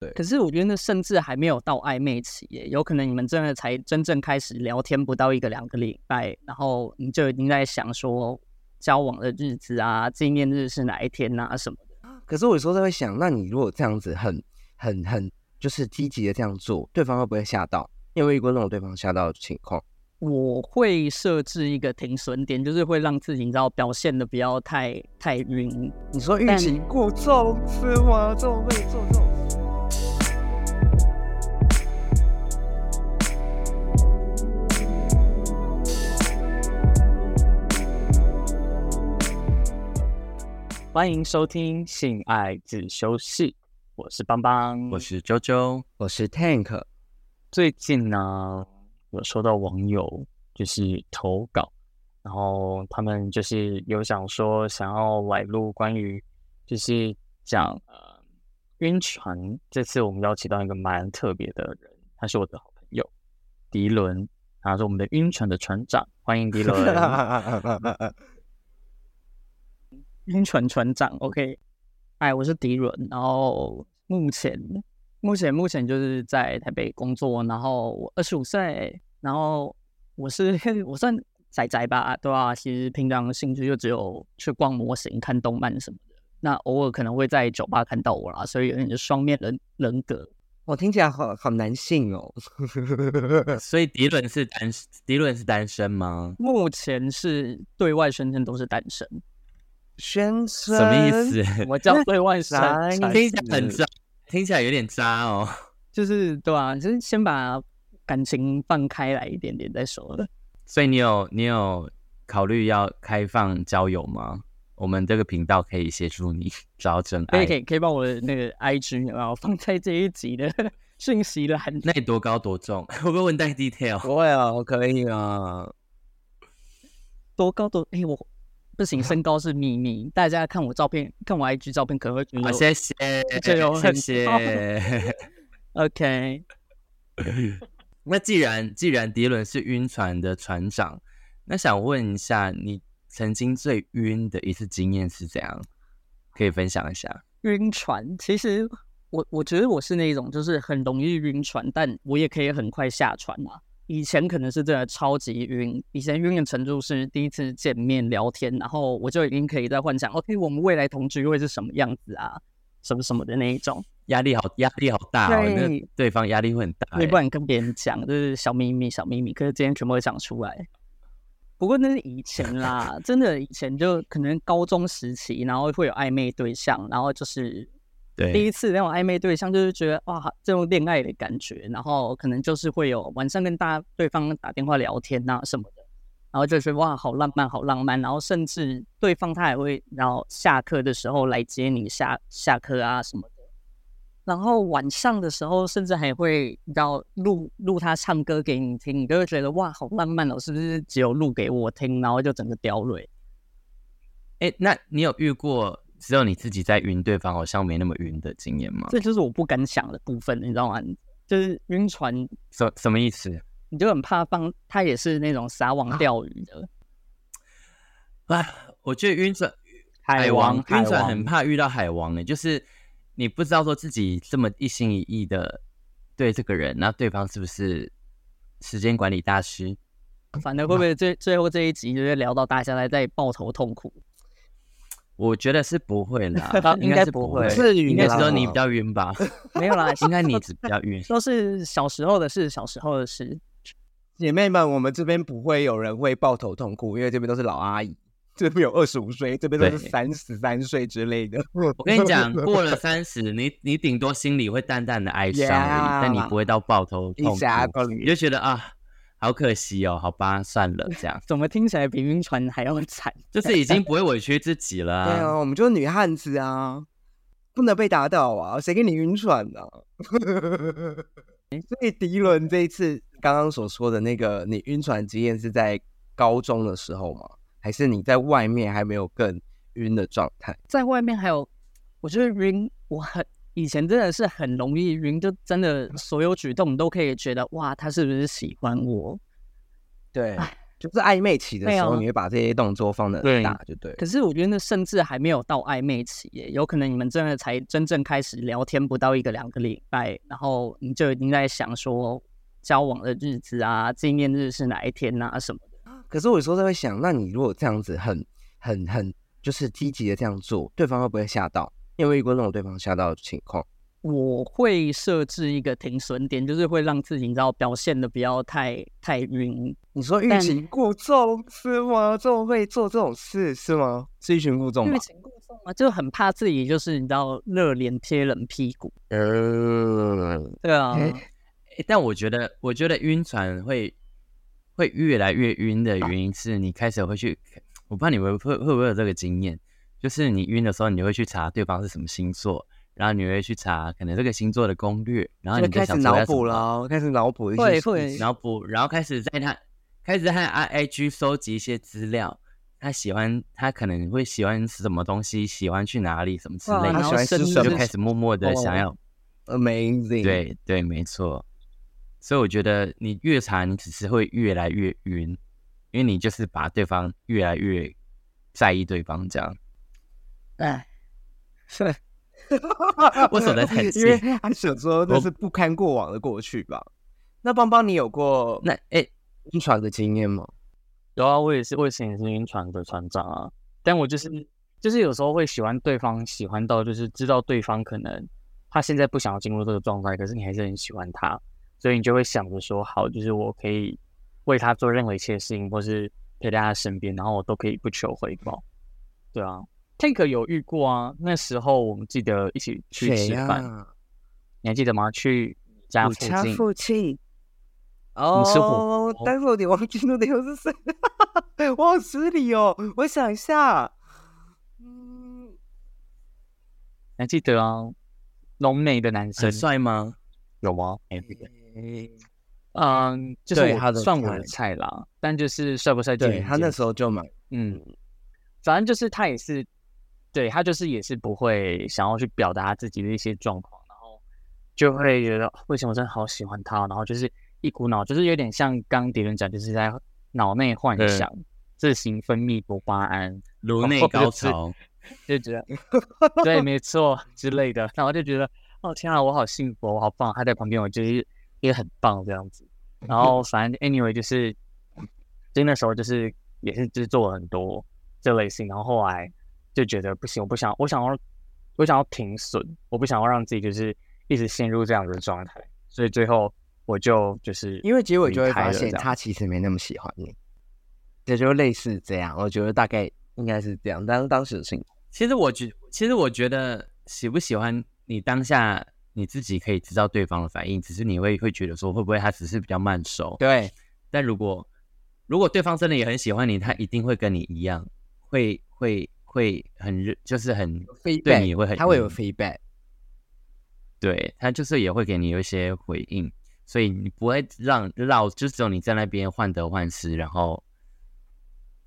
对可是我觉得那甚至还没有到暧昧期耶，有可能你们真的才真正开始聊天不到一个两个礼拜，然后你就已经在想说交往的日子啊、纪念日是哪一天啊什么的。可是我有时候在会想，那你如果这样子很、很、很，就是积极的这样做，对方会不会吓到？你有没有遇过那种对方吓到的情况？我会设置一个停损点，就是会让自己你知道表现的不要太太晕。你说欲但擒故纵是吗？这种会做这种事？欢迎收听《性爱自修室》，我是邦邦，我是啾啾，我是 Tank，最近呢，有收到网友就是投稿，然后他们就是有想说想要来录关于就是讲呃晕船。这次我们邀请到一个蛮特别的人，他是我的好朋友迪伦，他是我们的晕船的船长，欢迎迪 伦，晕船船长，OK。哎，我是迪伦，然后目前目前目前就是在台北工作，然后我二十五岁，然后我是 我算宅宅吧，对吧、其实平常兴趣就只有去逛模型、看动漫什么的。那偶尔可能会在酒吧看到我啦，所以有点是双面人人格。我听起来好好男性哦。所以迪伦是单迪伦是单身吗？目前是对外宣称都是单身，宣称什么意？思？ 我叫对外宣啥意思称，听 起来很渣，听起来有点渣哦。就是对吧、就是先把感情放开来一点点再说的。所以你有你有考虑要开放交友吗？我们这个频道可以协助你 找真可以爱可。以可以把我的那个 IG 然后放在这一集的 讯息栏。那你多高多重？ 会不会问太 detail？不会啊，我可以啊。多高多哎、我不行，身高是秘密。大家看我照片，看我 IG 照片可能会觉得好，我谢谢这有，很谢谢。 OK。 那既然既然迪伦是晕船的船长，那想问一下，你曾经最晕的一次经验是怎样？可以分享一下。晕船，其实我我觉得我是那种就是很容易晕船，但我也可以很快下船啊。以前可能是真的超级晕，以前晕的程度是第一次见面聊天，然后我就已经可以在幻想，OK，我们未来同居会是什么样子啊，什么什么的那一种。压力好，压力好大哦！对那对方压力会很大你欸。不敢跟别人讲，就是小秘密、小秘密。可是今天全部都讲出来。不过那是以前啦，真的以前就可能高中时期，然后会有暧昧对象，然后就是第对，一次那种暧昧对象，就是觉得哇，这种恋爱的感觉，然后可能就是会有晚上跟大家对方打电话聊天啊什么的，然后就觉得哇，好浪漫，好浪漫，然后甚至对方他还会，然后下课的时候来接你下下课啊什么的，然后晚上的时候甚至还会要录录他唱歌给你听，你就会觉得哇，好浪漫哦，是不是只有录给我听，然后就整个掉泪？哎，那你有遇过只有你自己在晕，对方好像没那么晕的经验吗？这就是我不敢想的部分，你知道吗？就是晕船什什么意思？你就很怕放，他也是那种撒网钓鱼的 啊，我觉得晕船海王，晕海船王很怕遇到海王呢，就是你不知道说自己这么一心一意的对这个人，那对方是不是时间管理大师？反正会不会最最后这一集就是聊到大家在在抱头痛哭？我觉得是不会 啦啊，应该是不不会至于应该啦只有你比较 晕吧？没有啦，应该你只比较晕。都是小时候的事，小时候的事。姐妹们，我们这边不会有人会抱头痛哭，因为这边都是老阿姨，这边有二十五岁，这边都是对三十三岁之类的。我跟你讲，过了三十，你你顶多心里会淡淡的哀伤而 Yeah 已，但你不会到爆头一痛下哭，你你就觉得啊，好可惜哦，好吧，算了，这样怎么听起来比晕船还要惨？就是已经不会委屈自己了、 对啊，我们就是女汉子啊，不能被打倒啊，谁给你晕船呢、 啊？所以迪伦这一次刚刚所说的那个，你晕船经验是在高中的时候吗？还是你在外面还没有更晕的状态？在外面还有，我觉得晕，我很以前真的是很容易晕，就真的所有举动都可以觉得哇，他是不是喜欢我？对，就是暧昧期的时候，对啊你会把这些动作放的对大，就对。可是我觉得甚至还没有到暧昧期耶，有可能你们真的才真正开始聊天不到一个两个礼拜，然后你就已经在想说交往的日子啊、纪念日是哪一天啊什么的。可是我有时候在会想，那你如果这样子很、很、很，就是积极的这样做，对方会不会吓到？你有没有遇过那种对方吓到的情况？我会设置一个停损点，就是会让自己你知道表现的不要太太晕。你说欲但擒故纵是吗？这种会做这种事是吗？是欲擒故纵吧欲？擒故纵啊，就很怕自己就是你知道热脸贴冷屁股。呃，对啊，哎欸但我觉得，我觉得晕船会会越来越晕的原因是你开始会去，我不知道你们会会不会有这个经验，就是你晕的时候，你会去查对方是什么星座，然后你会去查可能这个星座的攻略，然后就你开就始想说脑要怎补么了哦，开始脑补一些会事情。会然后不，然后开始在他开始在他 I I G 收集一些资料，他喜欢他可能会喜欢吃什么东西，喜欢去哪里什么之哇类他然喜后的，欢吃生什就么日开始默默的想哦要 amazing。，对对，没错。所以我觉得你越查，你只是会越来越晕，因为你就是把对方越来越在意对方这样。哎，为什么在叹气因为他想说那我是不堪过往的过去吧。那邦邦，你有过那哎、晕船的经验吗？有啊，我也是，我以前也是晕船的船长啊。但我就是就是有时候会喜欢对方，喜欢到就是知道对方可能他现在不想要进入这个状态，可是你还是很喜欢他，所以你就会想着说，好，就是我可以为他做任何一切事情，或是陪在他身边，然后我都可以不求回报。对啊，Tank 有遇过啊，那时候我们记得一起去谁啊吃呀、啊饭，你还记得吗？去你家我附家近，附近。你吃火哦，锅但是我有点忘记那理由是谁， 我好失礼哦。我想一下，嗯，你还记得啊？浓眉的男嗯生很帅吗？有吗？哎诶嗯，就是对我他的算我菜的菜啦，但就是帅不帅，对他那时候，候就买，嗯，反正就是他也是，对他就是也是不会想要去表达自己的一些状况，然后就会觉得为什么我真的好喜欢他，哦然后就是一股脑，就是有点像刚迪伦讲，就是在脑内幻嗯想，自行分泌多巴胺，颅哦然内后高就是潮，就觉 得对，没错之类的，然后就觉得哦天啊，我好幸福，我好棒，他在旁边，我就是也很棒这样子。然后反正 anyway 就是，就那时候就是也是就是做了很多这类型，然后后来就觉得不行，我不想，我想要我想要停损，我不想要让自己就是一直陷入这样的状态，所以最后我就就是因为结果离就会开发了现这样他其实没那么喜欢你，对，就类似这样。我觉得大概应该是这样，但是当时的情况其实我觉，其实我觉得喜不喜欢你当下你自己可以知道对方的反应，只是你会会觉得说会不会他只是比较慢熟。对，但如果如果对方真的也很喜欢你，他一定会跟你一样，会会会很热，就是很 feedback, 对你也会很他会有晕 feedback，对他就是也会给你有一些回应，所以你不会让绕，就只有你在那边患得患失，然后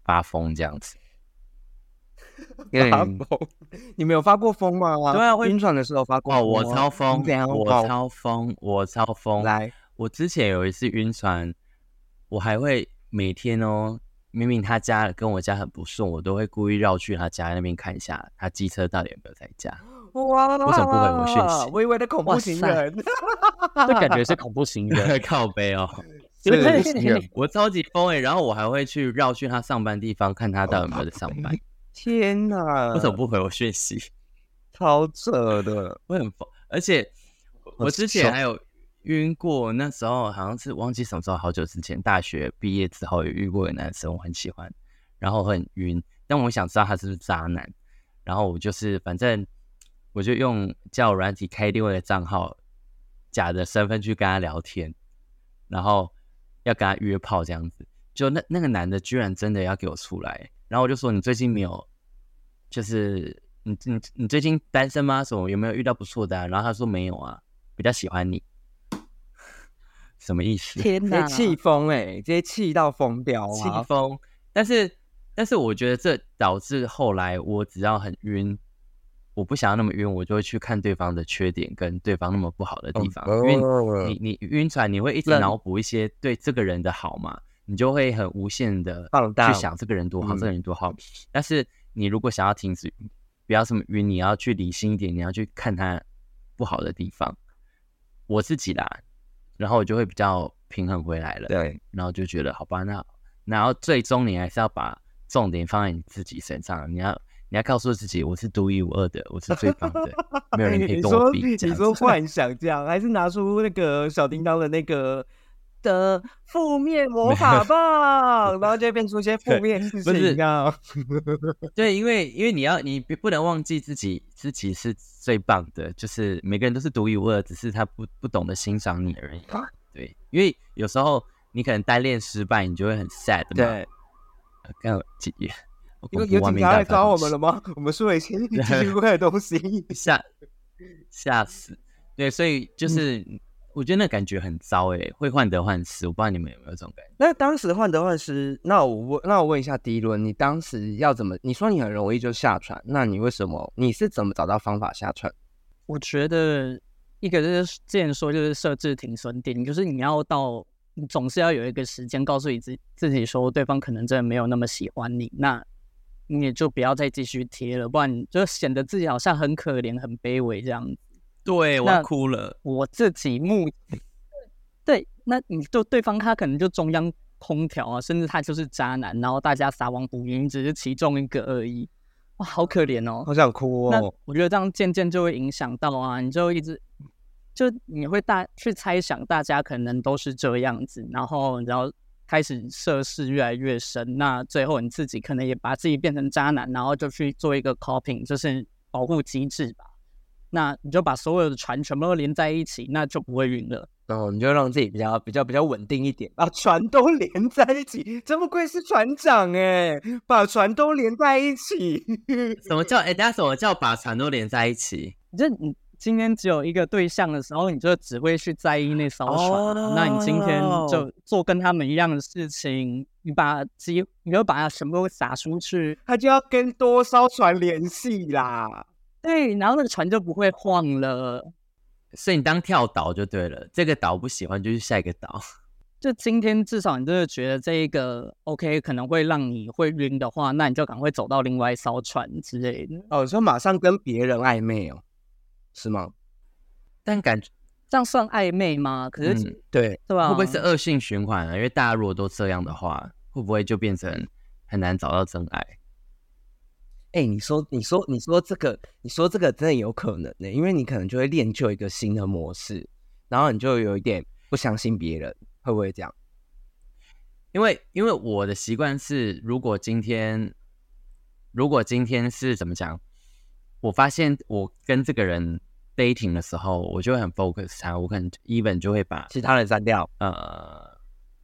发疯这样子。发嗯疯。你们有发过疯吗？对啊会晕船的时候发过哦，疯吗。我超疯，你怎样我爆超疯，我超疯。来，我之前有一次晕船，我还会每天哦，明明他家跟我家很不顺，我都会故意绕去他家那边看一下，他机车到底有没有在家。哇，为什么不回我讯息我以为那恐怖哇情 塞人，这感觉是恐怖情人，靠背哦，是对是是我超级疯哎、然后我还会去绕去他上班地方看他到底有没有在上班。 天哪，为什么不回我讯息？超扯的？我很疯，而且我我之前还有晕过，那时候好像是忘记什么时候，好久之前大学毕业之后有遇过一个男生，我很喜欢，然后我很晕，但我想知道他是不是渣男，然后我就是反正我就用交友软体开另外一个账号，假的身份去跟他聊天，然后要跟他约炮这样子，就那那个男的居然真的要给我出来，然后我就说你最近没有，就是你你你最近单身吗？什么有没有遇到不错的、啊？然后他说没有啊，比较喜欢你， 什么意思？天直哪接！气疯哎，直接气到疯掉气啊！疯。但是，但是我觉得这导致后来我只要很晕，我不想要那么晕，我就会去看对方的缺点跟对方那哦么不好的地方，因为你你晕船，你会一直那脑补一些对这个人的好嘛，你就会很无限的放大去想这个人多好，嗯这个人多好。但是你如果想要停止，不要这么晕，你要去理性一点，你要去看他不好的地方。我自己啦，然后我就会比较平衡回来了。对，然后就觉得好吧，那然后最终你还是要把重点放在你自己身上，你要你要告诉自己我是独一无二的，我是最棒的，没有人可以哎你跟我说比。你这样说子幻想这样，还是拿出那个小叮当的那个的负面魔 法棒，然后就会变出一些负面事不是情啊？ 对，因为因为你要你不不能忘记自己自己是最棒的，就是每个人都是独一无二，只是他不不懂得欣赏你而已。对，因为有时候你可能单恋失败，你就会很 sad 嘛。对，呃，看我几页， 我有恐怖有画警面察大来发抓我动们了吗？我们说了一 些奇奇怪怪的东西。吓吓死！对，所以就是、我觉得那感觉很糟诶、会患得患失。我不知道你们有没有这种感觉？ 那当时患得患失，那我问，那我问一下迪伦，你当时要怎么？你说你很容易就下船，那你为什么？你是怎么找到方法下船？我觉得一个就是之前说就是设置停损点，就是你要到你总是要有一个时间告诉你自自己说对方可能真的没有那么喜欢你，那你也就不要再继续贴了，不然你就显得自己好像很可怜、很卑微这样子。对，我要那哭了。我自己目对，那你就对方他可能就中央空调啊，甚至他就是渣男，然后大家撒网捕鱼，你只是其中一个而已。哇，好可怜哦！好想哭那哦！我觉得这样渐渐就会影响到啊，你就一直就你会大去猜想大家可能都是这样子，然后然后开始涉世越来越深，那最后你自己可能也把自己变成渣男，然后就去做一个 copying，就是保护机制吧。那你就把所有的船全部都连在一起，那就不会晕了。然后你就让自己比较比较比较稳定一点，把船都连在一起，真不愧是船长哎，把船都连在一起。什么叫哎、大家什么叫把船都连在一起？就你今天只有一个对象的时候，你就只会去在意那艘船嘛。那你今天就做跟他们一样的事情，你把机，你就把它全部撒出去，他就要跟多艘船联系啦。对，然后那个船就不会晃了。所以你当跳岛就对了，这个岛不喜欢就去下一个岛。 就今天至少你真的觉得这一个 OK 可能会让你会晕的话，那你就赶快走到另外一艘船之类的，哦，你说马上跟别人暧昧哦，是吗？但感觉这样算暧昧吗？可是、嗯对，对吧？会不会是恶性循环啊？因为大家如果都这样的话，会不会就变成很难找到真爱？哎、你说，你说，你说这个，你说这个真的有可能呢、因为你可能就会练就一个新的模式，然后你就有一点不相信别人，会不会这样？因为因为我的习惯是，如果今天如果今天是怎么讲，我发现我跟这个人 dating 的时候，我就会很 focus 他，我可能 even 就会把其他人删掉，呃，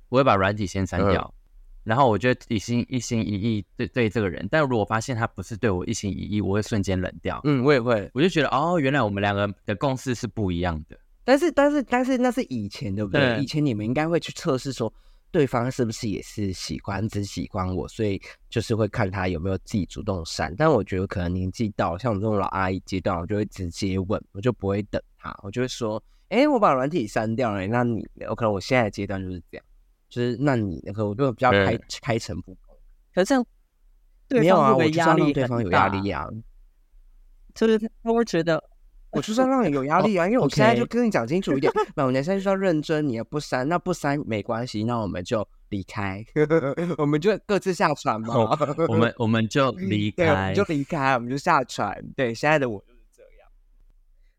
我会把软体先删嗯掉，然后我就一心一心一意对对这个人，但如果发现他不是对我一心一意，我会瞬间冷掉，嗯，我也会，我就觉得哦，原来我们两个的共识是不一样的。但是，但是，但是那是以前，对不对？对以前你们应该会去测试说，对方是不是也是喜欢只喜欢我，所以就是会看他有没有自己主动删。但我觉得可能年纪到了，像我们这种老阿姨阶段，我就会直接问，我就不会等他，我就会说，哎，我把软体删掉了，那你呢？我可能我现在的阶段就是这样，就是那你那个我就比较开对开诚布公。可是这样，对没有方会啊，不我会就压力是要让对方很有压大力呀、啊。就是他会觉得我就是要让你有哦压力啊，因为我现在就 OK 跟你讲清楚一点，那我们现在就是要认真，你也不删，那不删没关系，那我们就离开， 我们就各自下船嘛，哦我们我们就离呃嗯对，我们开就，离开，我们就下船。对，现在的我就是这样。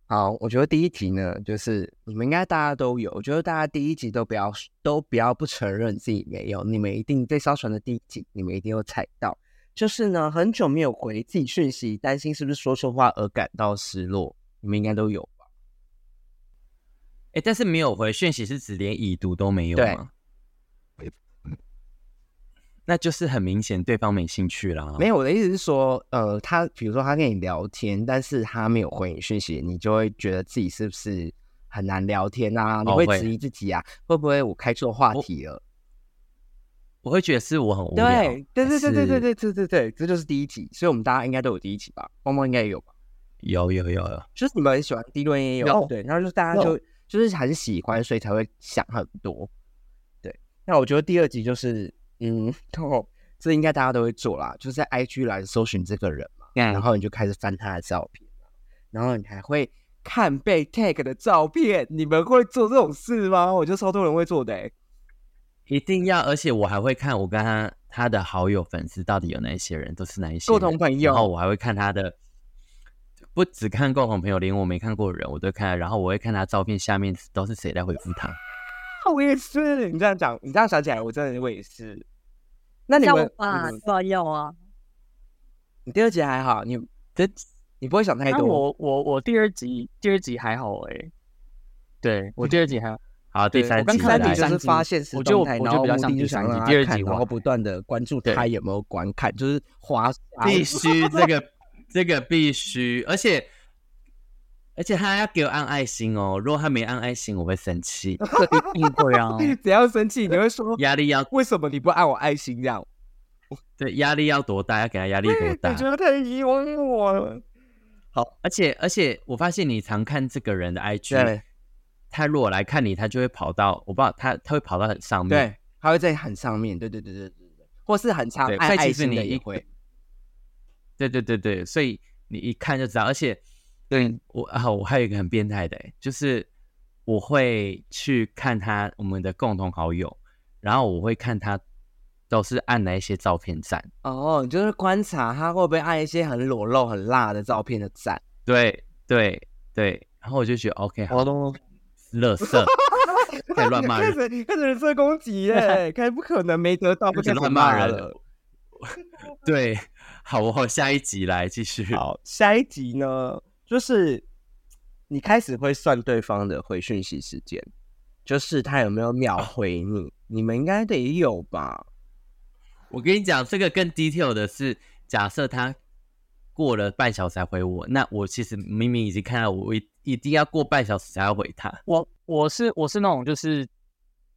好，我觉得第一题呢，就是你们应该大家都有，我觉得大家第一集都不要都不要不承认自己没有，你们一定这艘船的第一集，你们一定有踩到。就是呢，很久没有回自己讯息，担心是不是说错话而感到失落，你们应该都有吧？哎、但是没有回讯息是指连已读都没有对吗？那就是很明显对方没兴趣啦。没有，我的意思是说，呃，他比如说他跟你聊天，但是他没有回你讯息，你就会觉得自己是不是很难聊天啊？你哦会会质疑自己啊，会不会我开错话我题了？我会觉得是我很无聊。对，对对对对对还是对对对对，这就是第一集，所以我们大家应该都有第一集吧？猫猫应该也有吧？有有有有，就是你们很喜欢第一轮也有，有对，然后就是大家就有就是很喜欢，所以才会想很多。对，那我觉得第二集就是，嗯， 哦，这应该大家都会做啦，就是在 IG 栏搜寻这个人嘛，然嗯，后你就开始翻他的照片啊，然后你还会看被 tag 的照片，你们会做这种事吗？我觉得超多人会做的、欸，一定要，而且我还会看我跟他他的好友粉丝到底有哪一些人，都是哪一些共人同朋友然后我还会看他的，不只看共同朋友，连我没看过的人我都看，然后我会看他照片下面都是谁在回复他。啊我也是。你这样讲，你这样想起来，我真的我也是。那你要们，啊，嗯对啊，要 啊，你第二集还好，你这你不会想太那多。我我我第二集第二集还好哎、对 我第二集还好，好，第对三我刚集看三到集来第就三是集发现实我觉得动我态，我然就后比较目像的第三集就想让他第二看集然我后不断的关注他有没有观看，就是滑啊必须这个这个必须，而且而且他要给我按爱心哦，如果他没按爱心，我会生 气，这一定会啊，只要生气，你会说压力要为什么你不按我爱心这样？对压力要多大，要给他压力多大你。觉得太疑问我了。而且而且我发现你常看这个人的 IG，对他如果来看你，他就会跑到我不知道他他会跑到很上面，对，他会在很上面，对对对对对对，或是很常对按所以其爱实心的你也一会。对对对对，所以你一看就知道。而且对，我啊，我还有一个很变态的欸、就是我会去看他我们的共同好友，然后我会看他都是按哪一些照片赞。哦，你就是观察他会不会按一些很裸露、很辣的照片的赞。对对对，然后我就觉得 OK，好，我都乐色 可以乱骂人，开始开始人身攻击 耶！开始不可能没得到，不开始可能乱骂人了。。 对，好，我下一集来继续。好，下一集呢，就是你开始会算对方的回讯息时间，就是他有没有秒回你，你们应该得有吧？我跟你讲，这个更 detail 的是，假设他过了半小时才回我，那我其实明明已经看到我，我一一定要过半小时才要回他。我我是我是那种就是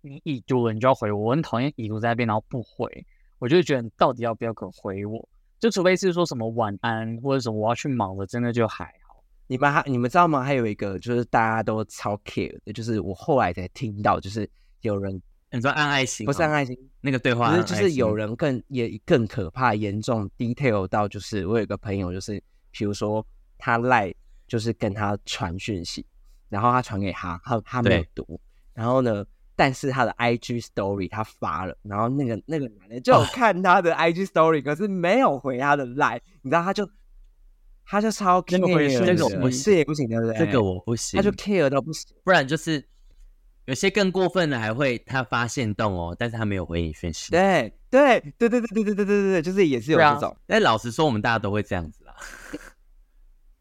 你已读了你就要回我，我很讨厌已读在那边然后不回，我就会觉得你到底要不要给我回我？就除非是说什么晚安或者什么我要去忙了，真的就还好。你们还你们知道吗？还有一个就是大家都超 care 的，就是我后来才听到，就是有人你说按爱心哦、不是按爱心，那个对话不按是爱就心，是有人更也更可怕、严重 detail 到，就是我有一个朋友，就是比如说他赖，就是跟他传讯息，然后他传给他，他他没有对读，然后呢，但是他的 IG story 他发了，然后那个那个男的就有哦看他的 IG story，、可是没有回他的赖，你知道他就他就超 care，这个回这个我的不这也不行，对不对？这个我不行，他就 care 到不行，不然就是有些更过分的还会他发现动哦，但是他没有回你讯息。对对对对对对对对对对，就是也是有对啊这种。但老实说，我们大家都会这样子啦。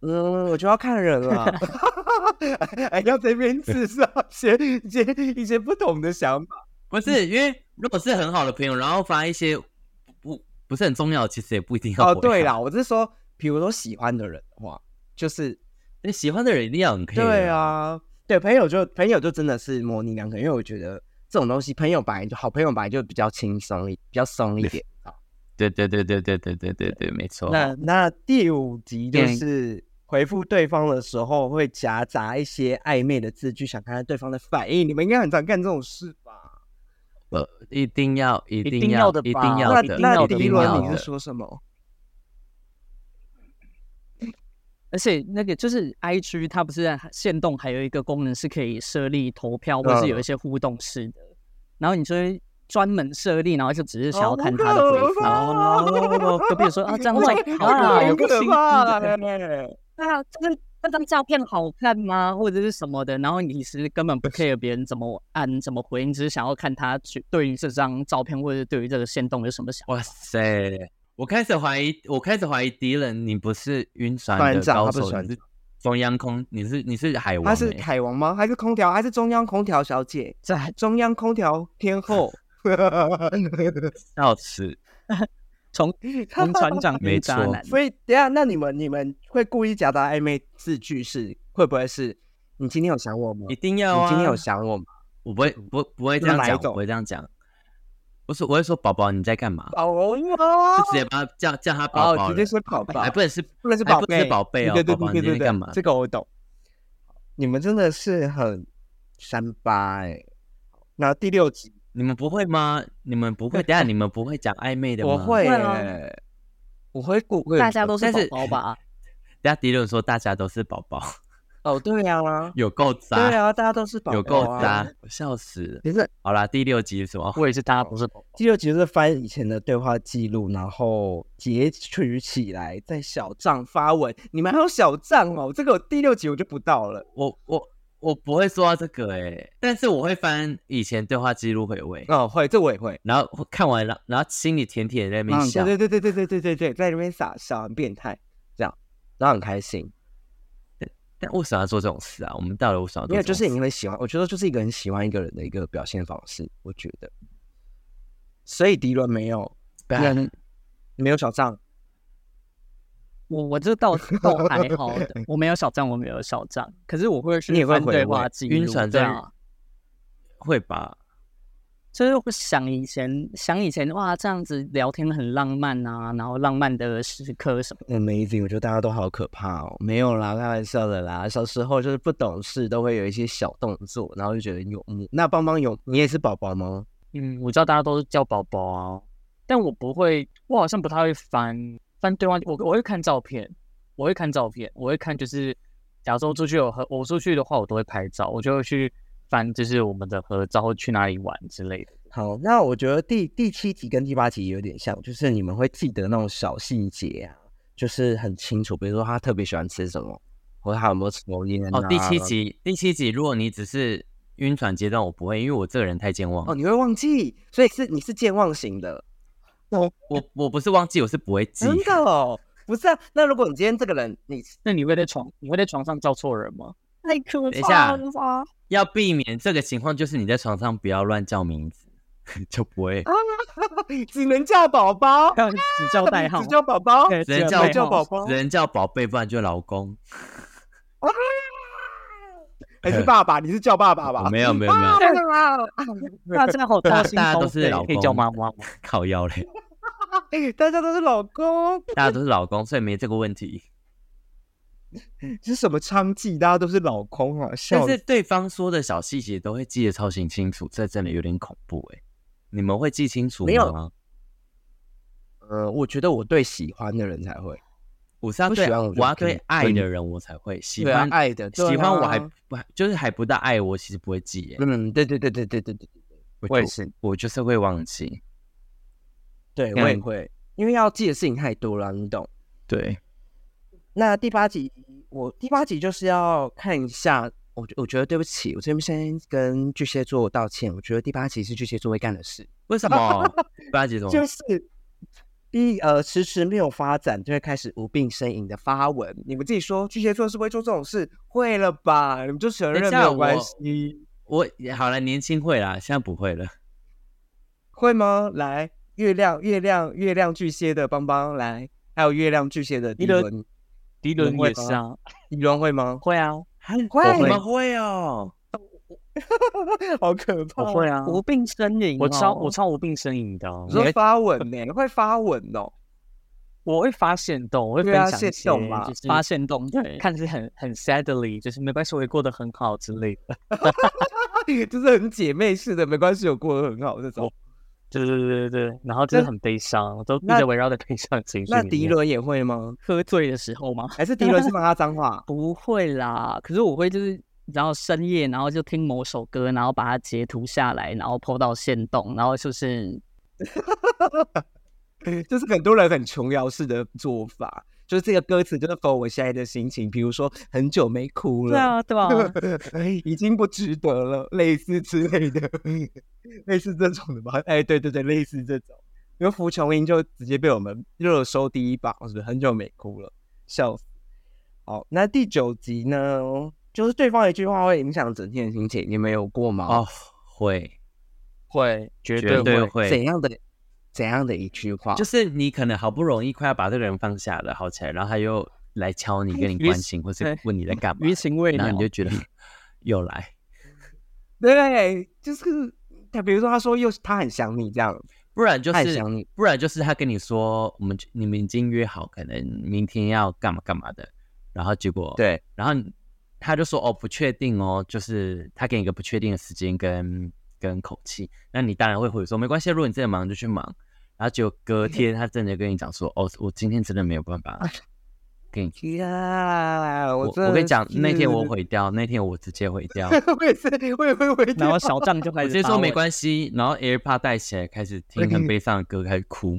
嗯，我就要看人了， 哎，要这边至少些一些一些不同的想法。不是因为如果是很好的朋友，然后发一些不不是很重要的，其实也不一定要哦，回对啦啦，，我是说，比如说喜欢的人的话，就是那喜欢的人一定要很 care。对，啊，对朋友就朋友就真的是模棱两可，因为我觉得这种东西，朋友本来就好，朋友本来就比较轻松一，比较松一点。对对对对对对对对对，没错。那那第五集就对是回复对方的时候会夹杂一些暧昧的字句，想看看对方的反应。你们应该很常干这种事吧？呃，一定要一定定要的的，一吧定那要的，那要一第的一定要轮的你是说什么？而且那个就是 I G，它不是在限动还有一个功能是可以设立投票，或者是嗯有一些互动式的，然后你就会专门设立，然后就只是想要看他的回复，哦好可怕哦，就比如说啊这样照片啊好哦啊有个可新怕 的， 啊这个那张照片好看吗，或者是什么的，然后你其实根本不 care 别人怎么按怎么回，你只是想要看他去对于这张照片或者是对于这个限动有什么想法。哇塞！我开始怀疑，我开始怀疑敌人，你不是晕船船的长高他不是手，船你是中央空，你是你是海王、他欸，是凯王吗？还是空调？还是中央空调小姐？这还中央空调天 后？笑死！从从船长没变渣错男，所以等一下，那你们你们会故意夹杂暧昧字句是会不会是？你今天有想我吗？一定要啊！你今天有想我吗？我不会不不会这那哪样一讲，我种不会这样讲。我说我会说宝宝你在干嘛？宝宝就直接把他叫叫他宝宝哦，了，直接说宝宝，还不能是不能是还宝不贝，是宝贝哦，对对宝宝对你对在对对，干嘛？这个我懂。欸你们真的是很三八哎、那第六集你们不会吗？你们不会？等一下你们不会讲暧昧的吗？我会会啊耶，我会顾，大家都是但是宝宝 吧？等一下迪伦说大家都是宝宝， 哦，对啊，有够对渣，啊，大家都是宝有宝够啊。渣，我笑死了。其实好啦，第六集是什么？我也是，大家不是宝宝。第六集就是翻以前的对话记录，然后截取起来，在小账发文。你们还有小账哦？这个我第六集我就不到了。我我我不会说到这个哎、但是我会翻以前对话记录回味，哦，会，这我也会。然后看完了，然后心里甜甜的在那边笑。对对对对对对对对，在那边傻笑，很变态，这样，然后很开心。但为什么要做这种事啊？我们到了为什么要做没有，这就种是事？你会喜欢，我觉得就是一个人喜欢一个人的一个表现方式，我觉得。所以迪伦没有，对啊人没有小账，我我这倒倒还好的，我没有小账，我没有小账，可是我会去你也会翻回对味话记录，晕船对在啊，会吧？就是会想以前，想以前哇，这样子聊天很浪漫啊，然后浪漫的时刻什么的。 amazing，我觉得大家都好可怕哦。没有啦，开玩笑的啦。小时候就是不懂事，都会有一些小动作，然后就觉得很幽默。那邦邦有你也是宝宝吗？嗯，我知道大家都是叫宝宝啊，但我不会，我好像不太会翻翻对话，我我会看照片，我会看照片，我会看就是，假如说出去有合，我出去的话，我都会拍照，我就会去翻，就是我们的合照或去哪里玩之类的。好，那我觉得第第七集跟第八集有点像，就是你们会记得那种小细节啊，就是很清楚，比如说他特别喜欢吃什么，或者他有没有抽烟、啊、哦，第七集，第七集，如果你只是晕船阶段，我不会，因为我这个人太健忘。哦，你会忘记，所以是你是健忘型 的，我我不是忘记，我是不会记。真的哦，不是啊。那如果你今天这个人，你那你会在床，你会在床上叫错人吗？太可等一怕下了吧！要避免这个情况，就是你在床上不要乱叫名字， 就不会。只能叫宝宝，要指 教代 号只，叫宝宝，对只能代叫号叫宝宝只能叫宝贝，不然就老公。啊 还是爸爸？你是叫爸爸吧？没有没有 没아,有，大家好啊大心啊大家好都是肥，老可公，以叫妈妈吗？靠腰嘞， 哎大家都是老 公，大家都是老公，所以没这个问题。是什么娼妓？大家都是老公啊， 笑但死是对方说的小细节都会记得超级清楚，这真的有点恐怖哎、你们会记清楚吗？没有呃，我觉得我对喜欢的人才会，我是要不对喜欢我啊我就可要以对爱分的人我才会喜对啊欢爱的对喜欢我啊还不就是还不到爱我，其实不会记耶、嗯，对对对对对对对，我也，就是我就是会忘记。对嗯我也会，因为要记的事情太多了，你懂。 对，那第八集，我第八集就是要看一下，我觉我觉得对不起，我这边先跟巨蟹座道歉，我觉得第八集是巨蟹座会干的事，为什么？八姐 怎么？就是一呃迟迟没有发展，就会开始无病呻吟的发文。你们自己说，巨蟹座是不会做这种事，会了吧？你们就承等一认没下有关我系，我好了，年轻会啦，现在不会了。会吗？来，月亮，月亮，月亮巨蟹的邦邦来，还有月亮巨蟹的迪你的伦，迪伦伦会也是啊，迪伦会吗？会啊，会你们会哦？ 好可怕！我会啊，无病呻吟哦。我超我超无病呻吟的啊，你说发文呢、会发文哦、 我会发现动，我会分对啊享一些限动嘛就是发现洞对，看似很很 sadly，就是没关系，我也过得很好之类的。就是很姐妹式的，没关系，我过得很好这种。对对对对对，然后就是那很悲伤，都一那直围绕在悲伤情绪那里迪面伦也会吗？喝醉的时候吗？？还是迪伦是骂他脏话 不会啦，可是我会就是，然后深夜，然后就听某首歌，然后把它截图下来，然后 PO 到线动，然后就是就是很多人很琼瑶式的做法，就是这个歌词就是否我现在的心情，比如说很久没哭对了，啊 对啊， 已经不值得了，类似之类的， 类似这种的吧？哎，对对对，类似这种。因为福琼英就直接被我们热搜第一榜，是不是？很久没哭了，笑死。好，那第九集呢？就是对方一句话会影响整天的心情，你们有过吗？哦，会，会绝绝对对会。怎会。样的怎样的一句话？就是是你可能好不容易快要把这个人放下了，好起来，然后他又来敲你，跟你于关心，或是对问你在干嘛余，情未然了后你，就觉得 又来。对，就是他，比如说他说又他很想你这样，不然就他很是想你，不然就是他跟你说，我们你们已经约好，可能明天要干嘛干嘛的，然后结果，对，然后你他就说哦不确定哦，就是他给你一个不确定的时间跟跟口气，那你当然会回说没关系，如果你真的忙就去忙。然后结果隔天他真的跟你讲说，哦，我今天真的没有办法给你。呀，我真的我跟你讲，是那天我，毁掉，那天我直接毁掉。 我也是，我也会回然掉后。小账就开我直始接发说文没关系，然后 AirPod 戴起来，开始听很悲伤的歌，开始哭。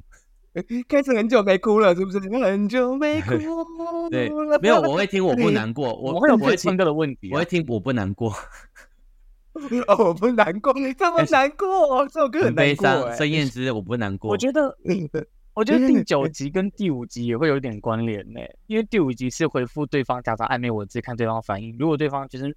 开始很久没哭了，是不是？很久没哭了。对，没有，我会听我不难过，我我会有我会会听唱歌的问题、我啊会，听我不难过， 哦，我不难过，这么难过，这首歌很很难悲过伤。哎。孙燕姿我不难过，我觉得得，我觉得第九集跟第五集也会有点关联呢、因为第五集是回复对方假装暧昧文字，看对方反应。如果对方就是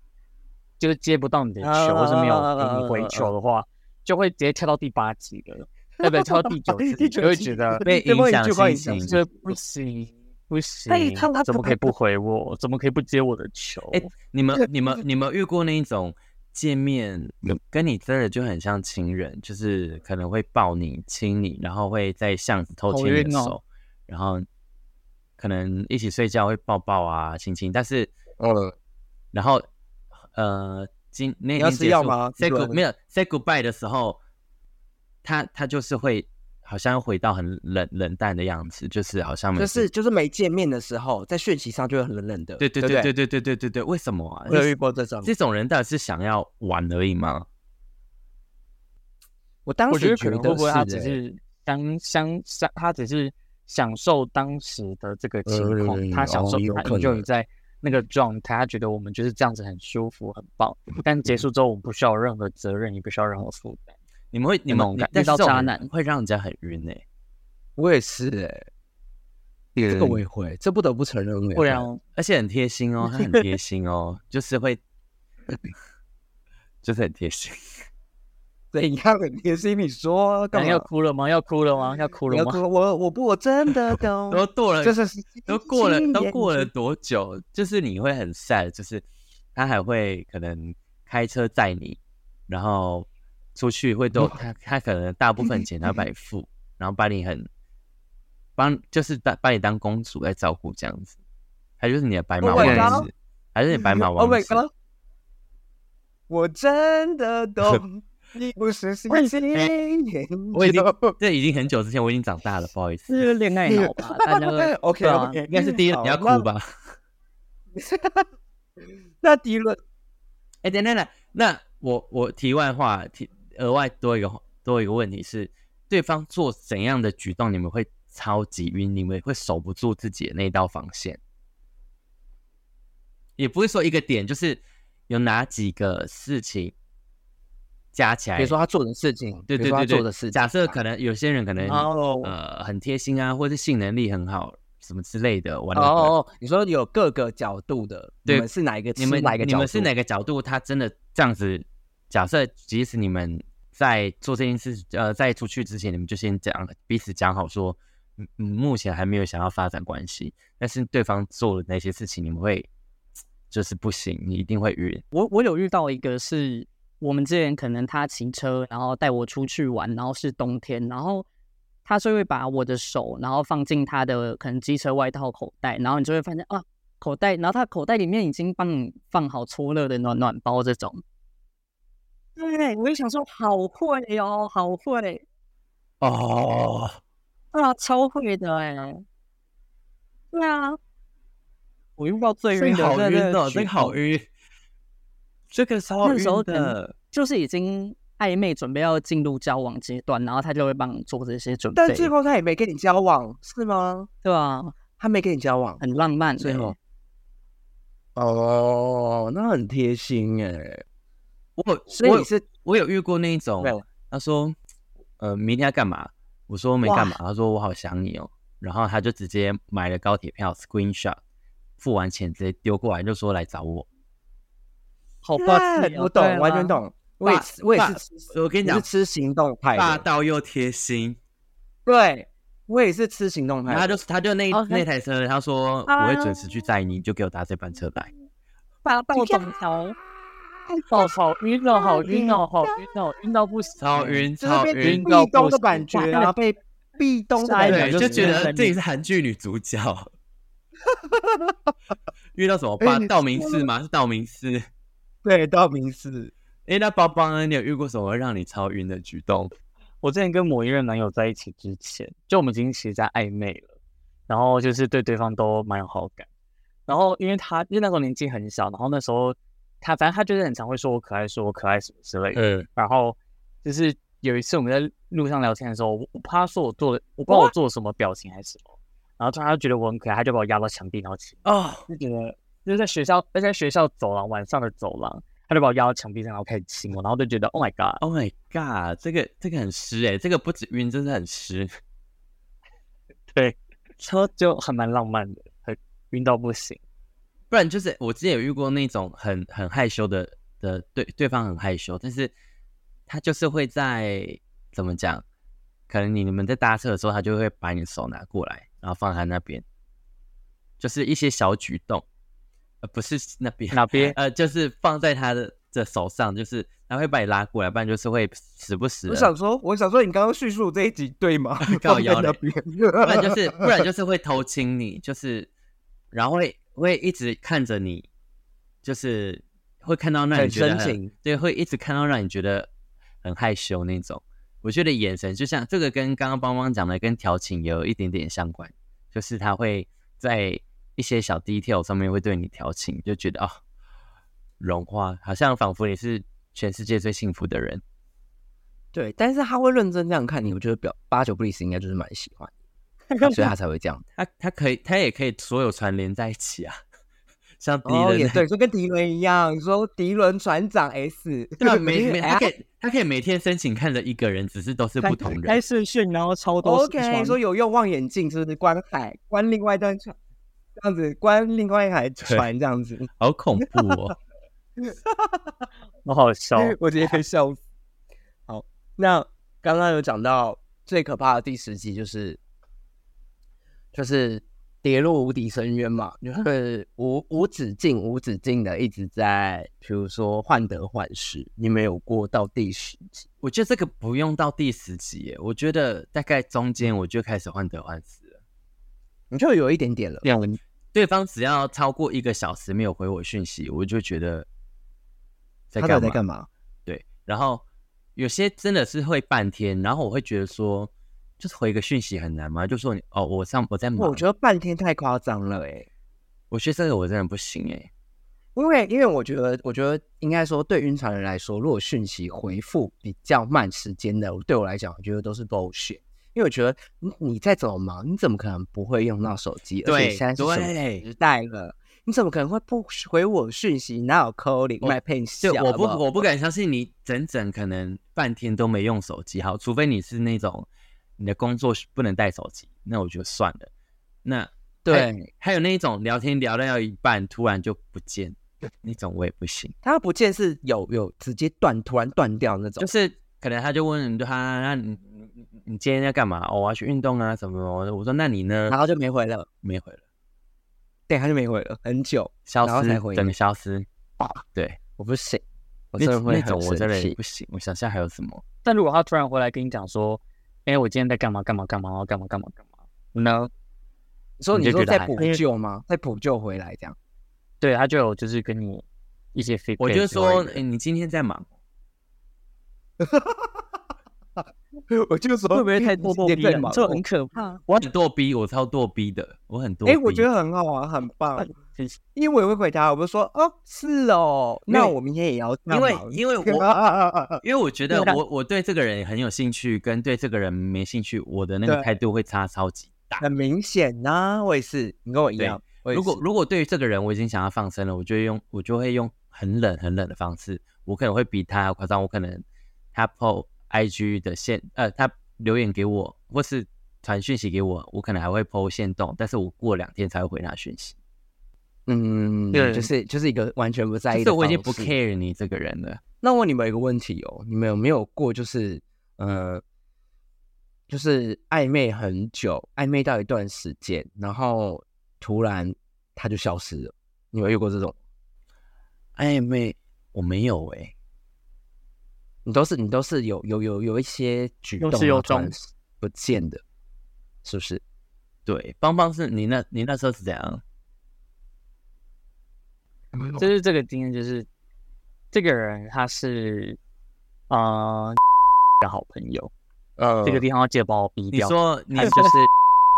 就是接不到你的啊球，或是没有给你回球的话，就会直接跳到第八集了，要不然跳 到第九集，第九就会集觉得被对方影一句话响影响心情。这不行不行哎他他，怎么可以不回我？怎么可以不接我的球？哎、你们、你们、你们遇过那一种见面跟你真的就很像情人，就是可能会抱你、亲你，然后会在巷子偷好牵你的晕哦手，然后可能一起睡觉会抱抱啊、亲亲，但是哦，然后呃，今那你要天吃结药束吗？say 你突 good 然没有 say goodbye 的时候，他他就是会好像回到很冷冷淡的样子，就是好像没就事是就是没见面的时候，在讯息上就会很冷冷的。对对不对对对对对对对，为什么啊？我有遇过这种。这种人到底是想要玩而已吗？我当我觉时得可能会得不会他是只哎是相相相，他只是享受当时的这个情况，嗯他享受、哦有他可能 enjoy 在那个状态，他觉得我们就是这样子很舒服很棒。嗯但结束之后，我们不需要有任何责任，也不需要任何负担。你们会你那们种你感但遇是到这种渣人男会让人家很晕哎、我也是哎，这这个我也会，这不得不承认我也不会。然而且很贴心哦，他很贴心哦，就是会， 就是很贴心。怎样？你的心里说干然嘛？要哭了吗？要哭了吗？要哭你要了吗？哭我我不我真的 都懂，过了，就是都过了，都过了了。多久？就是你会很 sad，就是他还会可能开车载你，然后出去会都他他可能大部分钱他帮你付，然后把你很帮就是把把你当公主在照顾这样子，他就是你的白马 Oh my 王 God 子，还是你 白马 Oh 王 my 子？ god！我真的 懂，你不是心情研究。我 已经这已经很久之前，我已经长大了，不好意思，是恋爱脑 吧？大家会 OK 对啊 OK，应该是第一好你要哭？吧？那那第一轮哎、等等等，那我我题外话，题额外多一个多一个问题是，对方做怎样的举动，你们会超级晕，你们会守不住自己的那道防线？也不是说一个点，就是有哪几个事情加起来，比如说他做的事情，哎对比对如说对他对，做的事情，假设可能有些人可能、哦呃很贴心啊，或是性能力很好什么之类的，玩哦得很好哦，你说有各个角度的，嗯对你们是哪一个？你们是哪一个角你度？们是哪个角度？他真的这样子？假设即使你们在做这件事，呃，在出去之前，你们就先讲彼此讲好说，嗯嗯，目前还没有想要发展关系，但是对方做了哪些事情，你们会就是不行，你一定会晕。我我有遇到一个是我们之前可能他骑车，然后带我出去玩，然后是冬天，然后他是会把我的手，然后放进他的可能机车外套口袋，然后你就会发现啊，口袋，然后他口袋里面已经帮你放好搓热的暖暖包这种。对，我就想说好会哦，好会哦，啊，超会的哎、对啊，我遇到最这晕个的，好真的晕是哦，举这个好晕，这个动超那时候晕可能的。就是已经暧昧，准备要进入交往阶段，然后他就会帮你做这些准备，但最后他也没跟你交往，是吗？对啊，他没跟你交往，很浪漫、欸。最后，哦，那很贴心哎。我有所以我你有是我有遇过那一种对，他说，呃，明天要干嘛？我说没哇干嘛。他说我好想你哦。然后他就直接买了高铁票，screenshot，付完钱直接丢过来，就说来找我。好霸看气、哦，我懂对啊，完全。懂。我也是我也霸是吃，我跟你是讲，吃行动派霸的，道又贴心。对我也是吃行动派然的。后他就他就那哦 OK 那台车，他说哎啊我会准时去载你，就给我搭这班车来。霸道总裁，哦， 好晕哦，好晕哦，好晕哦，晕到不行，超晕，就是超被晕壁到不咚的行感觉 啊，被壁咚的下感一觉秒对，就就直觉接得分自己离是韩剧女主 角。遇到什么霸哎道明寺吗？是道明寺。对，道明寺，哎，那包包呢？你有遇过什么会让你超晕的举动？我之前跟某一任男友在一起之前，就我们已经其实在暧昧了，然后就是对对方都蛮有好感。然后因为他因为那时候年纪很小，然后那时候他反正他就是很常会说我可爱，说我可爱什么之类的。嗯，然后就是有一次我们在路上聊天的时候，我我怕他说我做了，我不知道我做了什么表情还是什么，然后突然他就觉得我很可爱，他就把我压到墙壁，然后亲，哦，就觉得就是在学校，而且在学校走廊晚上的走廊，他就把我压到墙壁上，然后开始亲我，然后就觉得 Oh my God， Oh my god，这个这个很湿哎、这个不止晕，真是很湿。然后就还蛮浪漫的，很晕到不行。不然就是我之前有遇过那种很很害羞的的对对方很害羞，但是他就是会在怎么讲，可能你你们在搭车的时候，他就会把你的手拿过来，然后放在他那边，就是一些小举动，呃，不是那边哪边呃，就是放在他的的手上，就是他会把你拉过来，不然就是会时不时我地想说，我想说，你刚刚叙述这一集对吗？ 靠放在腰那嘞边，不然就是不然就是会偷亲你，就是然后会会一直看着你，就是会看到让你很觉深得情，对，会一直看到让你觉得很害羞那种。我觉得眼神就像这个跟刚刚邦邦讲的跟调情也有一点点相关，就是他会在一些小 detail 上面会对你调情，就觉得哦，融化，好像仿佛你是全世界最幸福的人。 对，但是他会认真这样看你，我觉得表八九不离十，应该就是蛮喜欢你，所 以他才会这样。他他可以，他也可以所有船连在一起啊， 像敌哦，人也那对，就跟迪伦一样，说迪伦船长 S，对啊，每每他哎可以他可以每天申请看着一个人，只是都是不同开人。视讯，然后超多 OK，说有用望远镜，是不是观海观另外一段船，这样子观另外一海船这样子， 好恐怖哦！我好笑。我直接 被笑死。好，那刚刚有讲到最可怕的第十集就是就是跌落无底深渊嘛，就是无无止境、无止境的一直在，比如说患得患失。你没有过到第十集，我觉得这个不用到第十集耶，我觉得大概中间嗯我就开始患得患失了。你就有一点点了。两文对方只要超过一个小时没有回我讯息，我就觉得在他到底干嘛嗯在？干嘛？对，然后有些真的是会半天，然后我会觉得说，就是回个讯息很难吗？就说你哦，我上我在忙。我觉得半天太夸张了哎、我觉得这个我真的不行哎。因为因为我觉得，我觉得应该说，对晕船人来说，如果讯息回复比较慢时间的，对我来讲，我觉得都是 bullshit。因为我觉得你你再怎么忙，你怎么可能不会用到手机？而且对现在是什么对时代了，你怎么可能会不回我讯息？哪有 calling 我麦配对，笑？我好不好我不敢相信你整整可能半天都没用手机，好，除非你是那种你的工作是不能带手机，那我就算了。那还对，还有那一种聊天聊到一半突然就不见，那种我也不行。他不见是有有直接断，突然断掉那种就。是可能他就问你，他那你你你你今天要干嘛？哦，我要去运动啊什么什么的。我说那你呢然？后就没回了，没回了，对，他就没回了，很久，消然后才失回，整你个消失。对，我不行，我那真的会那很种我真生的也气不。行。我想一下还有什么？但如果他突然回来跟你讲说，哎、我今天在干嘛干嘛干嘛，然后干嘛干嘛干嘛，呢？你说你你就说觉得再还补好救吗？再补救回来这样。对他就有就是跟你一些 feedback 之我类的。就说，哎、你今天在忙？ 我就说会不会太咄咄逼人？这很哎、可怕。我很咄逼，我超咄逼的，我很咄逼。诶我觉得很好玩，很棒很。因为我也会回答，我就说哦，是哦，因为那我明天也要这样因为忙 因为我我因为我觉得我我对这个人很有兴趣，跟对这个人没兴趣，我的那个对态度会差超级大。很明显呐、我也是，你跟我一样。我也如果是如果对于这个人我已经想要放生了，我就会用我就会用很冷很冷的方式，我可能会比他还要夸张，我可能他 PO IG 的线呃他留言给我或是传讯息给我，我可能还会 PO 线动，但是我过两天才会回他讯息，嗯，对就是就是一个完全不在就意是的，我已经不。care 你这个人了。那我问你们一个问题哦，你们有没有过就是呃，就是暧昧很久，暧昧到一段时间，然后突然他就消失了？你们有遇过这种？暧昧我哎没有哎、你都是你都是有有有有一些举动有啊始有然后突然终不见的，是不是？对，邦邦是你那你那时候是怎样？就是这个经验，就是这个人他是啊、呃、的好朋友，呃这个地方要记得帮我逼你掉说你就是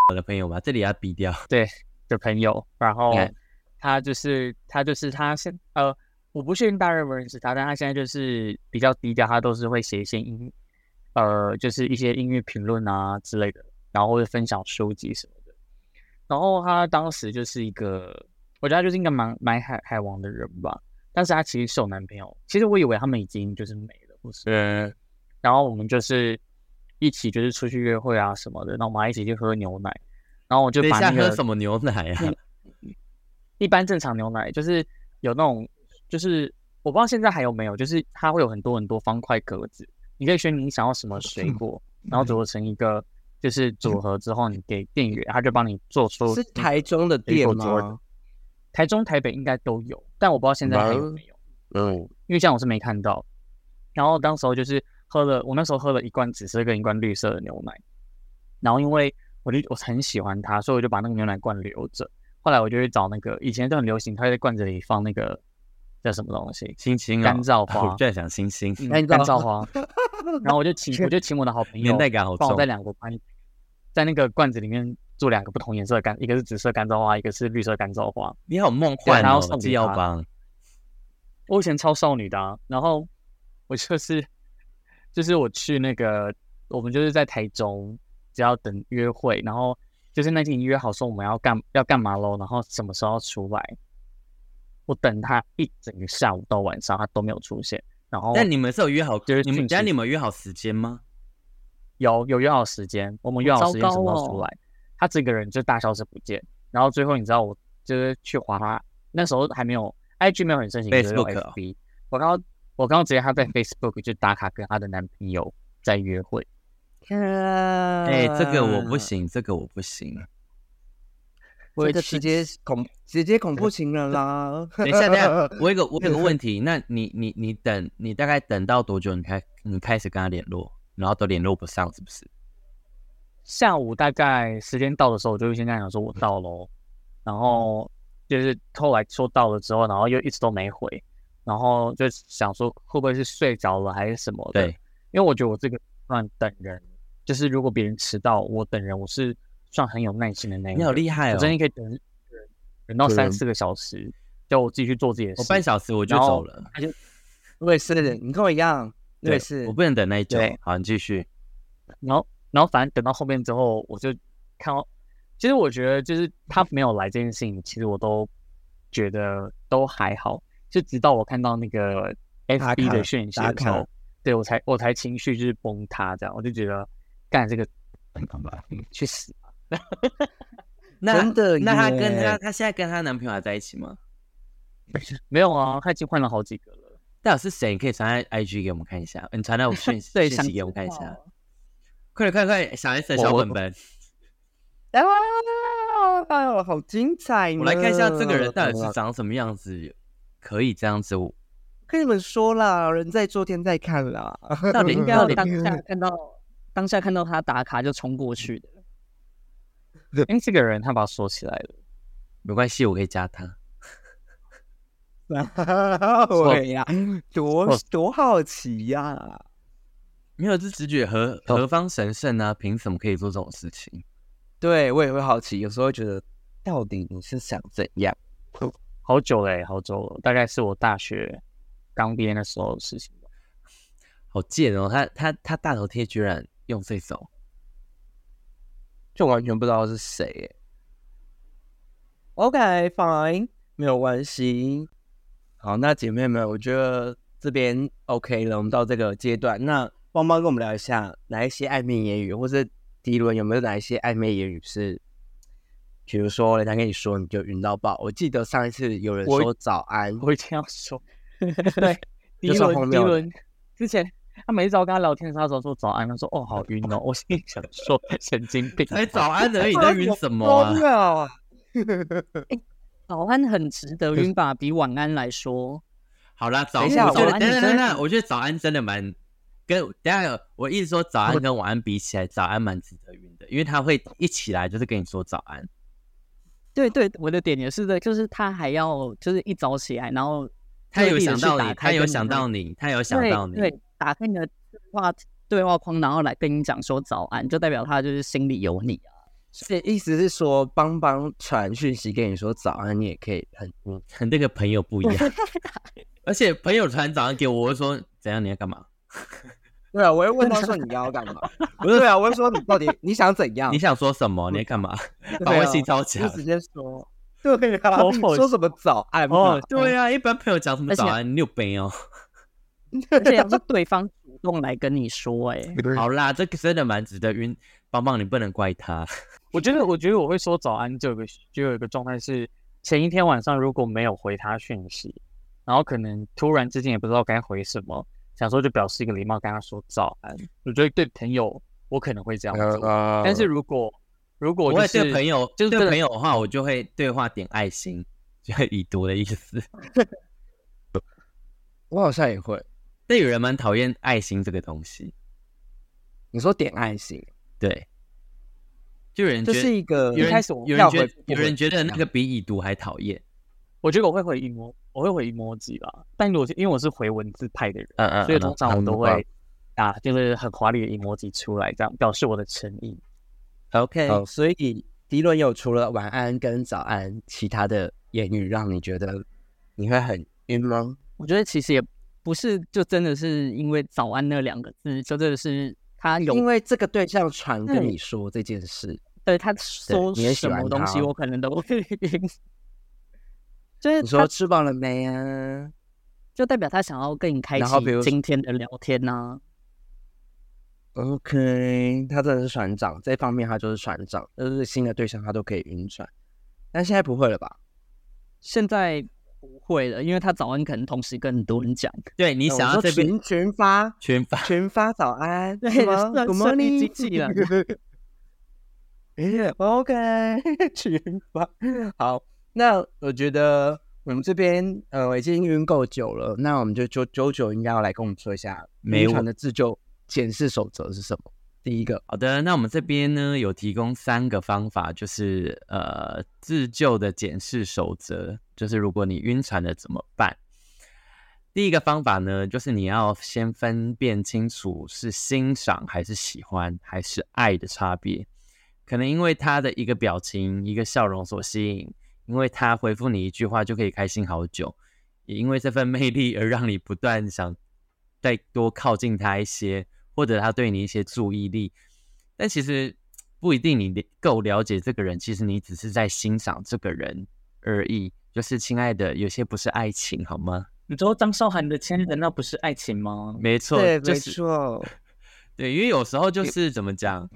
我的朋友吧，这里要逼掉。的朋友，然后 OK 他就是他就是他现呃，我不确定大家认不认识他，但他现在就是比较低调，他都是会写一些音呃，就是一些音乐评论啊之类的，然后会分享书籍什么的。然后他当时就是一个，我觉得他就是一个蛮蛮海海王的人吧，但是他其实是有男朋友，其实我以为他们已经就是没了，不是？ 然后我们就是一起就是出去约会啊什么的，然后我们还一起去喝牛奶，然后我就等一把下那个嗯喝什么牛奶啊？一般正常牛奶就是有那种，就是我不知道现在还有没有，就是它会有很多很多方块格子，你可以选你想要什嗯么水 果，然后组合成一个就是组合之后，你给店员，他就帮你做出是那台个中的水店果组合吗的？。台中、台北应该都有，但我不知道现在还有没有。嗯，因为像我是没看到。然后当时候就是喝了，我那时候喝了一罐紫色跟一罐绿色的牛奶，然后因为我就我很喜欢它，所以我就把那个牛奶罐留着。后来我就去找那个以前都很流行，它会在罐子里放那个叫什么东 西， 星星哦，干燥我花，就在想星星，嗯干燥干燥花。然后我就请我就请我的好朋友年 代感好帮我重在。两个罐，在那个罐子里面做两个不同颜色的干，一个是紫色干燥花，一个是绿色干燥花。你好梦幻对然后哦送，给纪耀他邦。我以前超少女的、啊，然后我就是就是我去那个，我们就是在台中，只要等约会，然后就是那天已经约好说我们要干要干嘛喽，然后什么时候要出来，我等他一整个下午到晚上，他都没有出现，然后但你们是有约好就是，呃你们讯息但你们有约好时间吗？有有约好时间，我们约好时间什么时候出来，他整个人就大消失不见，然后最后你知道我就是去划他，那时候还没有 IG 没有很盛行，只有 Facebook 哦 FB，我刚刚我刚刚直接他在 Facebook 就打卡跟她的男朋友在约会，哎哎，这个我不，行，这个我不行。我这也个气直接恐直接恐怖情人啦。 等一下，等 一下，我有一个我有一个问题，那你你你等你大概等到多久？你开你开始跟他联络，然后都联络不上，是不是？下午大概时间到的时候，我就会先跟他讲说我到喽，然后就是后来说到了之后，然后又一直都没回，然后就想说会不会是睡着了还是什么的，对，因为我觉得我这个算等人，就是如果别人迟到，我等人我是算很有耐心的那一你好种，厉害我哦！啊真的可以等等到对三四个小时，叫我自己去做自己的我事。半小时我就然后走了。我也是，你跟我一样，啊我也对，是我。不能等那一久对。好，你继续。然后然后反正等到后面之后，我就看到，其实我觉得就是他没有来这件事情，其实我都觉得都还好，就直到我看到那个打 FB 卡的讯息打的时候卡，对我才我才情绪就是崩塌，这样我就觉得干这个去死。那真的那她跟耶她她现在跟她男朋友还在一起吗？没有啊，他已经换了好几个了。到底是谁？你可以传在 IG 给我们看一下，呃你传到我讯 息对讯想息给知我们看一下道。快点，快点，快点！小 S 的我小我本本，哎呦，哎呦，好精彩！我来看一下这个人到底是。长什么样子，可以这样子，跟你们说啦，人在做天在看啦。到底应应该该要要当下 看到当下看到他打卡就冲过去的。因为这个人他把他锁起来了，没关系，我可以加他。对呀，多错多好奇呀、没有，这直觉何何方神圣啊？凭什么可以做这种事情？对我也会好奇，有时候会觉得到底你是想怎样？好久嘞、好久了，大概是我大学刚毕业那时候的事情吧。好贱哦！他他他大头贴居然用这种，就完全不知道是谁耶。OK，fine，、没有关系。好，那姐妹们，我觉得这边 OK 了，我们到这个阶段，那帮帮跟我们聊一下哪一些暧昧言语，或是迪伦有没有哪一些暧昧言语是，比如说人家跟你说你就晕到爆。我记得上一次有人我说早安，我一定要说，对，第一嗯就算荒轮第一谬了轮之前，他每次找我跟他聊天的时候，他总说早安，他说哦好晕哦，我心里想 说神 经病，哎才早安而已，在晕什么啊？啊！早安很值得晕吧，比晚安来说，好啦，早等一下我觉我得安等你等真等的等，我觉得早安真的蛮跟等一下我一直说早安跟晚安比起来，早安蛮值得晕的，因为他会一起来就是跟你说早安。对对，我的点也是的，就是他还要就是一早起来，然后他有特地地想去到你，打开他有跟你想的到你，他有想到你，对对，打开你的对话对话框，然后来跟你讲说早安，就代表他就是心里有你 啊。所以意思是说，邦邦传讯息跟你说早安，你也可以很嗯，那个朋友不一样。而且朋友传早上给我，我会说怎样你要干嘛？对啊，我会问他说你要干 嘛？不是对啊，我会说你到底你想怎样？你想说什么？你要干嘛？对防啊卫性超强就。直接说， 对啊，好好说什么早安嘛哦？对啊，一般朋友讲什么而且早安，你有病哦。而且要是对方主动来跟你说、欸，哎，好啦，这个真的蛮值得晕。棒棒，你不能怪他。我觉得，我觉得我会说早安，就有个就有一个状态是，前一天晚上如果没有回他讯息，然后可能突然之间也不知道该回什么，想说就表示一个礼貌跟他说早安。我觉得对朋友，我可能会这样做。但是如果如果呃我就会是对朋友，就是真对的朋友的话，我就会对话点爱心，就会已读的意思。我好像也会。但有人蛮讨厌爱心这个东西，你说点爱心，对，就有人觉这得是一个有一开人始我有人要觉回得不有回人觉啊得那个比已读还讨厌。我觉得我会回 emo，我会回 emoji 吧。但如果是因为我是回文字派的人，嗯嗯所以通常我嗯都嗯会打就是很华丽的 emoji 出来，这样表示我的诚意。 OK，好，所以迪伦有除了晚安跟早安，其他的言语让你觉得你会很晕吗？我觉得其实也不是，就真的是因为早安那两个字，就真的是他有因为这个对象传跟嗯对你说这件事，对他说你也喜什欢么东西，他哦我可能都会 晕。就你是他说吃饱了没啊？就代表他想要跟你开然后比如启今天的聊天呐、 OK，他真的是船长，这方面他就是船长，就是新的对象他都可以晕船，但现在不会了吧？现在不会了，因为他早安可能同时跟很多人讲，对你你想要这边群群发群发，群发早安，对是 吗算？Good 算力 morning，机器人哎，OK，群发好。那我觉得我们这边呃已经晕够久了，那我们就九九九应该要来跟我们说一下没晕船我的自救检视守则是什么？第一个，好的，那我们这边呢有提供三个方法，就是呃自救的检视守则，就是如果你晕船了怎么办？第一个方法呢，就是你要先分辨清楚是欣赏还是喜欢还是爱的差别，可能因为他的一个表情、一个笑容所吸引，因为他回复你一句话就可以开心好久，也因为这份魅力而让你不断想再多靠近他一些，或者他对你一些注意力。但其实不一定你了够了解这个人，其实你只是在欣赏这个人而已。就是亲爱的，有些不是爱情，好吗？你知道张韶涵的《亲爱的那不是爱情》吗？没错，就没是错， 对，因为有时候就是怎么讲，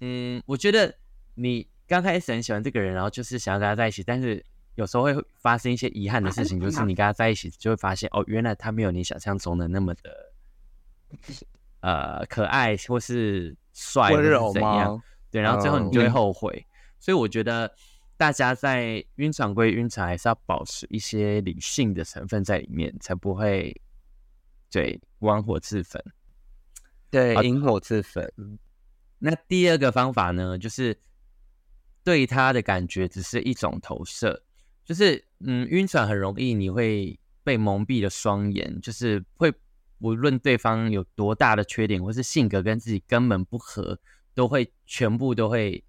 嗯，我觉得你刚开始很喜欢这个人，然后就是想要跟他在一起，但是有时候会发生一些遗憾的事 情，就是你跟他在一起就会发现，哦，原来他没有你想象中的那么的，呃，可爱或是帅或温是柔怎样吗？？对，然后最后你就会嗯后悔。所以我觉得大家在晕船归晕船，还是要保持一些理性的成分在里面，才不会对玩火自焚。对好，引火自焚。那第二个方法呢，就是对他的感觉只是一种投射，就是嗯，晕船很容易你会被蒙蔽了双眼，就是会无论对方有多大的缺点，或是性格跟自己根本不合，都会全部都会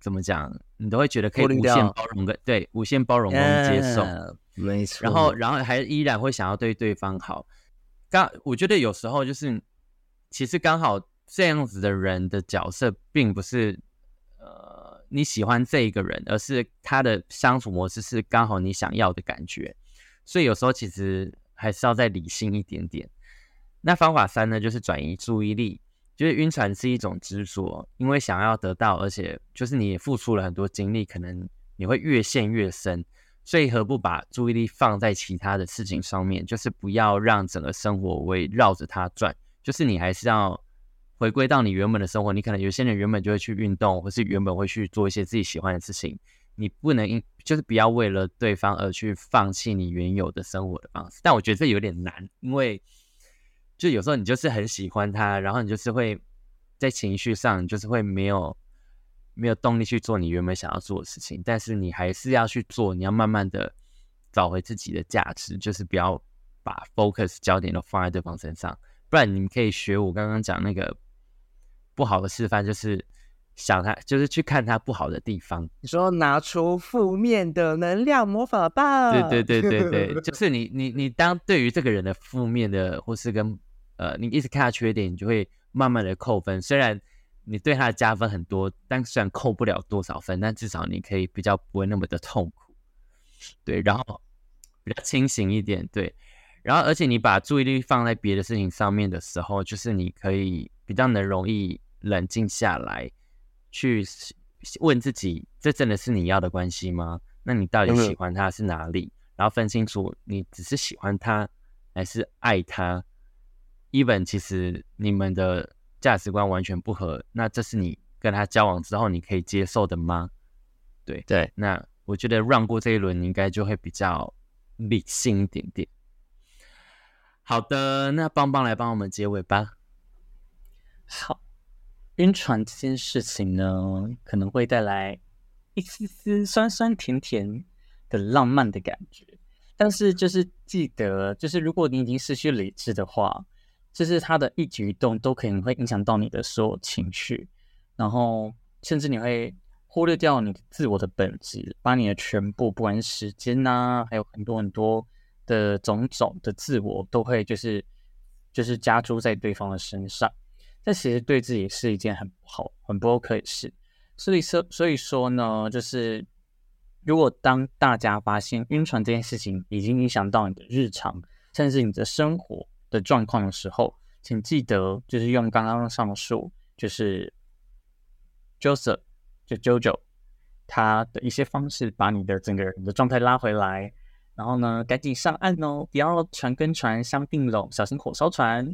怎么讲，你都会觉得可以过滤无掉嗯限包容跟对无限包容跟接受。 Yeah，没错。然后然后还依然会想要对对方好。刚我觉得有时候就是，其实刚好这样子的人的角色，并不是呃你喜欢这一个人，而是他的相处模式是刚好你想要的感觉。所以有时候其实还是要再理性一点点。那方法三呢，就是转移注意力。就是晕船是一种执着，因为想要得到，而且就是你也付出了很多精力，可能你会越陷越深，所以何不把注意力放在其他的事情上面？就是不要让整个生活围绕着它转，就是你还是要回归到你原本的生活。你可能有些人原本就会去运动，或是原本会去做一些自己喜欢的事情，你不能因就是不要为了对方而去放弃你原有的生活的方式。但我觉得这有点难，因为就有时候你就是很喜欢他，然后你就是会在情绪上，你就是会没有没有动力去做你原本想要做的事情，但是你还是要去做，你要慢慢的找回自己的价值，就是不要把 focus 焦点都放在对方身上，不然你们可以学我刚刚讲那个不好的示范，就是想他，就是去看他不好的地方。你说拿出负面的能量魔法棒，对对对对对，就是你你你当对于这个人的负面的，或是跟呃你一直看他缺点，你就会慢慢的扣分。虽然你对他的加分很多，但虽然扣不了多少分，但至少你可以比较不会那么的痛苦。对，然后比较清醒一点，对。然后而且你把注意力放在别的事情上面的时候，就是你可以比较能容易冷静下来，去问自己，这真的是你要的关系吗？那你到底喜欢他是哪里？然后分清楚，你只是喜欢他还是爱他？even 其实你们的价值观完全不合，那这是你跟他交往之后你可以接受的吗？对，对，那我觉得让过这一轮，你应该就会比较理性一点点。好的，那棒棒来帮我们结尾吧。好，晕船这件事情呢，可能会带来一丝丝酸酸甜甜的浪漫的感觉，但是就是记得，就是如果你已经失去理智的话，就是他的一举一动都可能会影响到你的所有情绪，然后甚至你会忽略掉你自我的本质，把你的全部，不管是时间呐、还有很多很多的种种的自我，都会就是就是加诸在对方的身上。这其实对自己是一件很不好、很不 OK 的事。所以说，所以说呢，就是如果当大家发现晕船这件事情已经影响到你的日常，甚至你的生活的状况的时候，请记得就是用刚刚上述就是 Joseph 就 JoJo 他的一些方式，把你的整个人的状态拉回来。然后呢，赶紧上岸哦，不要船跟船相并拢，小心火烧船。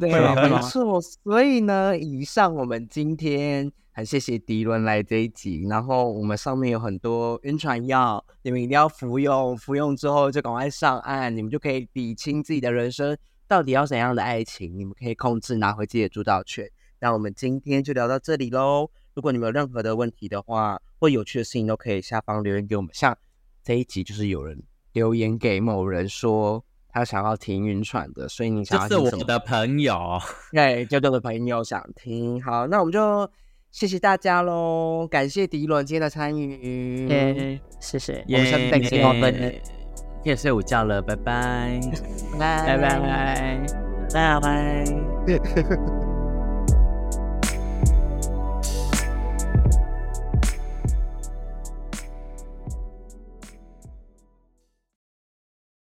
对，是吗是没吗错。所以呢，以上我们今天很谢谢迪伦来这一集，然后我们上面有很多晕船药，你们一定要服用，服用之后就赶快上岸，你们就可以理清自己的人生到底要怎样的爱情，你们可以控制拿回自己的主导权。那我们今天就聊到这里喽。如果你们有任何的问题的话，或有趣的事情，都可以下方留言给我们。像这一集就是有人留言给某人说他想要听晕船的，所以你想这要是听我什么？的朋友，对，就多的朋友想听，好，那我们就谢谢大家喽，感谢迪伦今天的参与，耶，谢谢，我们下次再见哦嗯耶可以睡 午觉了，拜拜。拜拜拜，拜拜。拜。